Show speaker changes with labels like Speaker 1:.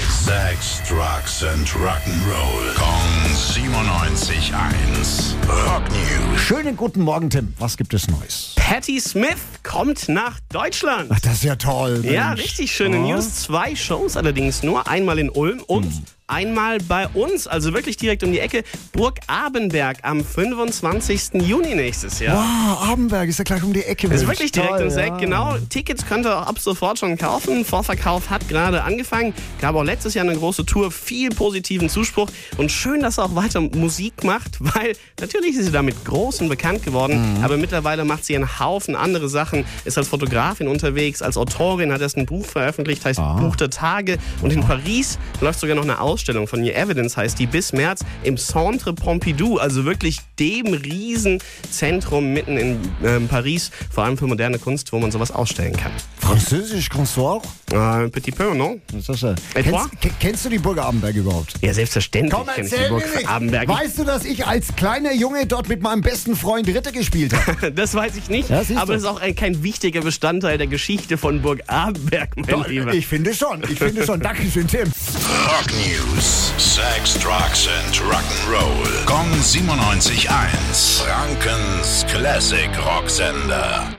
Speaker 1: Sex, Drugs and Rock'n'Roll. Kong 97.1. Rock News.
Speaker 2: Schönen guten Morgen, Tim. Was gibt es Neues?
Speaker 3: Patti Smith kommt nach Deutschland.
Speaker 2: Das ist ja toll.
Speaker 3: Ja,
Speaker 2: Mensch. Oh.
Speaker 3: richtig schöne
Speaker 2: Ja.
Speaker 3: News. Zwei Shows allerdings nur. Einmal in Ulm und
Speaker 2: Hm.
Speaker 3: einmal bei uns. Also wirklich direkt um die Ecke. Burg Abenberg am 25. Juni nächstes Jahr.
Speaker 2: Wow, Abenberg ist ja gleich um die Ecke.
Speaker 3: Ist
Speaker 2: Mensch.
Speaker 3: wirklich direkt
Speaker 2: Toll,
Speaker 3: ums Eck,
Speaker 2: ja.
Speaker 3: genau. Tickets könnt ihr ab sofort schon kaufen. Vorverkauf hat gerade angefangen. Gab auch letztes Jahr eine große Tour, viel positiven Zuspruch. Und schön, dass er auch weiter Musik macht, weil natürlich ist sie damit groß und bekannt
Speaker 2: Mhm.
Speaker 3: geworden. Aber mittlerweile macht sie einen Haufen andere Sachen. Ist als Fotografin unterwegs, als Autorin, hat erst ein Buch veröffentlicht, heißt
Speaker 2: Ah.
Speaker 3: Buch der Tage. Und in Paris läuft sogar noch eine Ausstellung von ihr. Evidence heißt die bis März im Centre Pompidou, also wirklich dem Riesenzentrum mitten in ähm, Paris, vor allem für moderne Kunst, wo man sowas ausstellen kann.
Speaker 2: Französisch, Consort.
Speaker 3: Äh, petit peu, non?
Speaker 2: Was ist das denn?
Speaker 3: Et toi?
Speaker 2: Kennst, ke- kennst du die Burg Abenberg überhaupt?
Speaker 3: Ja, selbstverständlich
Speaker 2: Komm,
Speaker 3: kenn ich die
Speaker 2: erzähl
Speaker 3: Burg
Speaker 2: mir nicht.
Speaker 3: Abenberg.
Speaker 2: Weißt du, dass ich als kleiner Junge dort mit meinem besten Freund Ritter gespielt habe?
Speaker 3: Das weiß ich nicht,
Speaker 2: Ja, siehst
Speaker 3: aber
Speaker 2: du.
Speaker 3: es ist auch ein, kein wichtiger Bestandteil der Geschichte von Burg Abenberg, mein Lieber.
Speaker 2: ich finde schon, ich finde schon. Dankeschön, Tim.
Speaker 1: Rock News. Sex, Drugs and Rock'n'Roll. Kong 97.1. Frankens Classic Rocksender.